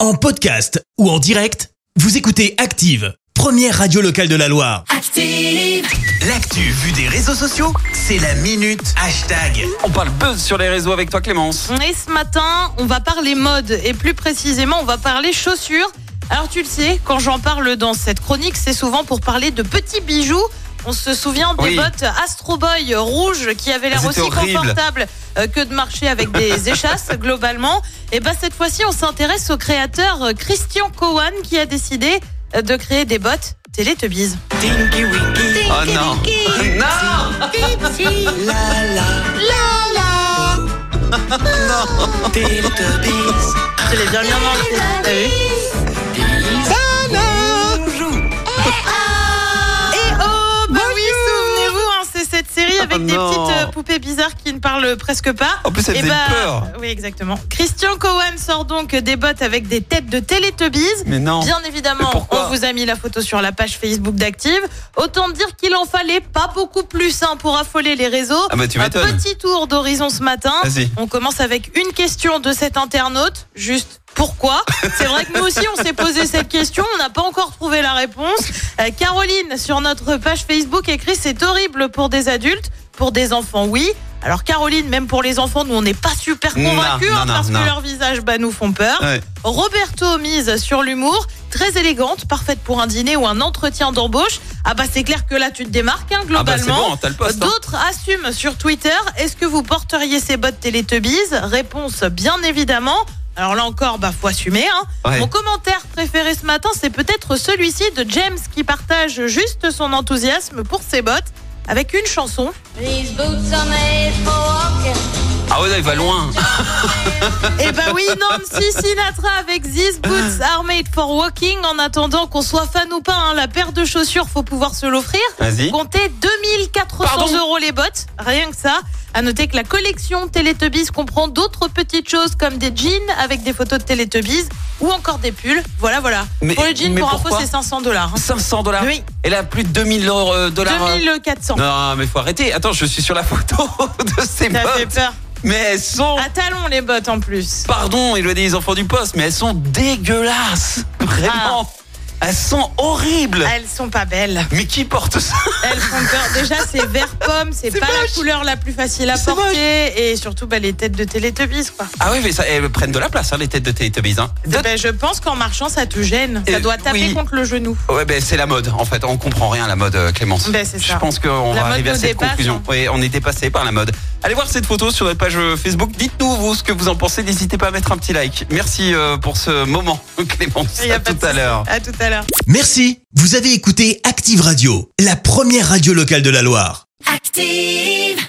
En podcast ou en direct, vous écoutez Active, première radio locale de la Loire. Active. L'actu vue des réseaux sociaux, c'est la minute hashtag. On parle buzz sur les réseaux avec toi Clémence. Et ce matin, on va parler mode et plus précisément, on va parler chaussures. Alors tu le sais, quand j'en parle dans cette chronique, c'est souvent pour parler de petits bijoux. On se souvient des Oui. bottes Astro Boy rouges qui avaient l'air Elles étaient aussi horribles. confortables euh, que de marcher avec des échasses globalement. Et ben cette fois-ci, on s'intéresse au créateur euh, Christian Cowan qui a décidé euh, de créer des bottes Teletubbies. Oh non Non Je l'ai bien mis en anglais, t'as vu Eh oh, bah oui, souvenez-vous, hein, c'est cette série Oh avec des non. petites euh, poupées bizarres qui ne parlent presque pas. En plus, elle Eh faisait bah, peur. Oui, exactement. Christian Cowan sort donc des bottes avec des têtes de Teletubbies. Mais non Bien Mais évidemment, pourquoi on vous a mis la photo sur la page Facebook d'Active. Autant dire qu'il en fallait pas beaucoup plus hein, pour affoler les réseaux. Ah bah tu Un m'étonnes. petit tour d'horizon ce matin. Vas-y. On commence avec une question de cet internaute, juste pourquoi C'est vrai que nous aussi on s'est posé cette question, on n'a pas encore trouvé la réponse. Euh, Caroline sur notre page Facebook écrit c'est horrible pour des adultes, pour des enfants oui. Alors Caroline, même pour les enfants, nous on n'est pas super Non, convaincus non, hein, non, parce non. que leurs visages bah, nous font peur. Ouais. Roberto mise sur l'humour, très élégante, parfaite pour un dîner ou un entretien d'embauche. Ah bah c'est clair que là tu te démarques hein, Ah bah c'est globalement. euh, bon, t'as le poste. hein. D'autres assument sur Twitter. Est-ce que vous porteriez ces bottes Teletubbies Réponse bien évidemment. Alors là encore, bah faut assumer. hein. Ouais. Mon commentaire préféré ce matin, c'est peut-être celui-ci de James qui partage juste son enthousiasme pour ses bottes avec une chanson. These boots are made for walking. Ah ouais, non, il va loin. Eh ben oui, Nancy Sinatra avec These Boots Are Made for Walking. En attendant qu'on soit fan ou pas, hein, la paire de chaussures, faut pouvoir se l'offrir. Vas-y. Comptez 2400 Pardon euros les bottes, rien que ça. À noter que la collection Teletubbies comprend d'autres petites choses comme des jeans avec des photos de Teletubbies ou encore des pulls. Voilà, voilà. Mais- pour les jeans, mais pour info, pourquoi c'est 500 dollars. hein. 500 dollars. Oui, Et là, plus de 2000 euros, euh, dollars. euh. 2400. Non, mais faut arrêter. Attends, je suis sur la photo de ces T'as fait Ah. bottes. peur. Mais elles sont. À talons les bottes en plus. Pardon, Élodie, les enfants du poste, mais elles sont dégueulasses. Vraiment. Ah. Elles sont horribles. Elles sont pas belles. Mais qui porte ça Elles font peur. Déjà, c'est vert pomme, c'est C'est pas moche. la couleur la plus facile à C'est moche. porter. Et surtout, bah, les têtes de Teletubbies, quoi. Ah ouais, mais ça, elles prennent de la place, hein, les têtes de Teletubbies. Hein. De- Ben, je pense qu'en marchant, ça te gêne. Ça Euh, doit taper oui. contre le genou. Ouais, ben c'est la mode, en fait. On comprend rien à la mode, euh, Clémence. Ben, c'est Je ça. pense qu'on va La mode arriver à nous cette dépasse, conclusion. hein. Oui, on est dépassé par la mode. Allez voir cette photo sur notre page euh, Facebook. Dites-nous, vous, ce que vous en pensez. N'hésitez pas à mettre un petit like. Merci euh, pour ce moment, Clémence. Il y a À pas de tout à souci. l'heure. À tout à l'heure. Merci, vous avez écouté Active Radio, la première radio locale de la Loire. Active.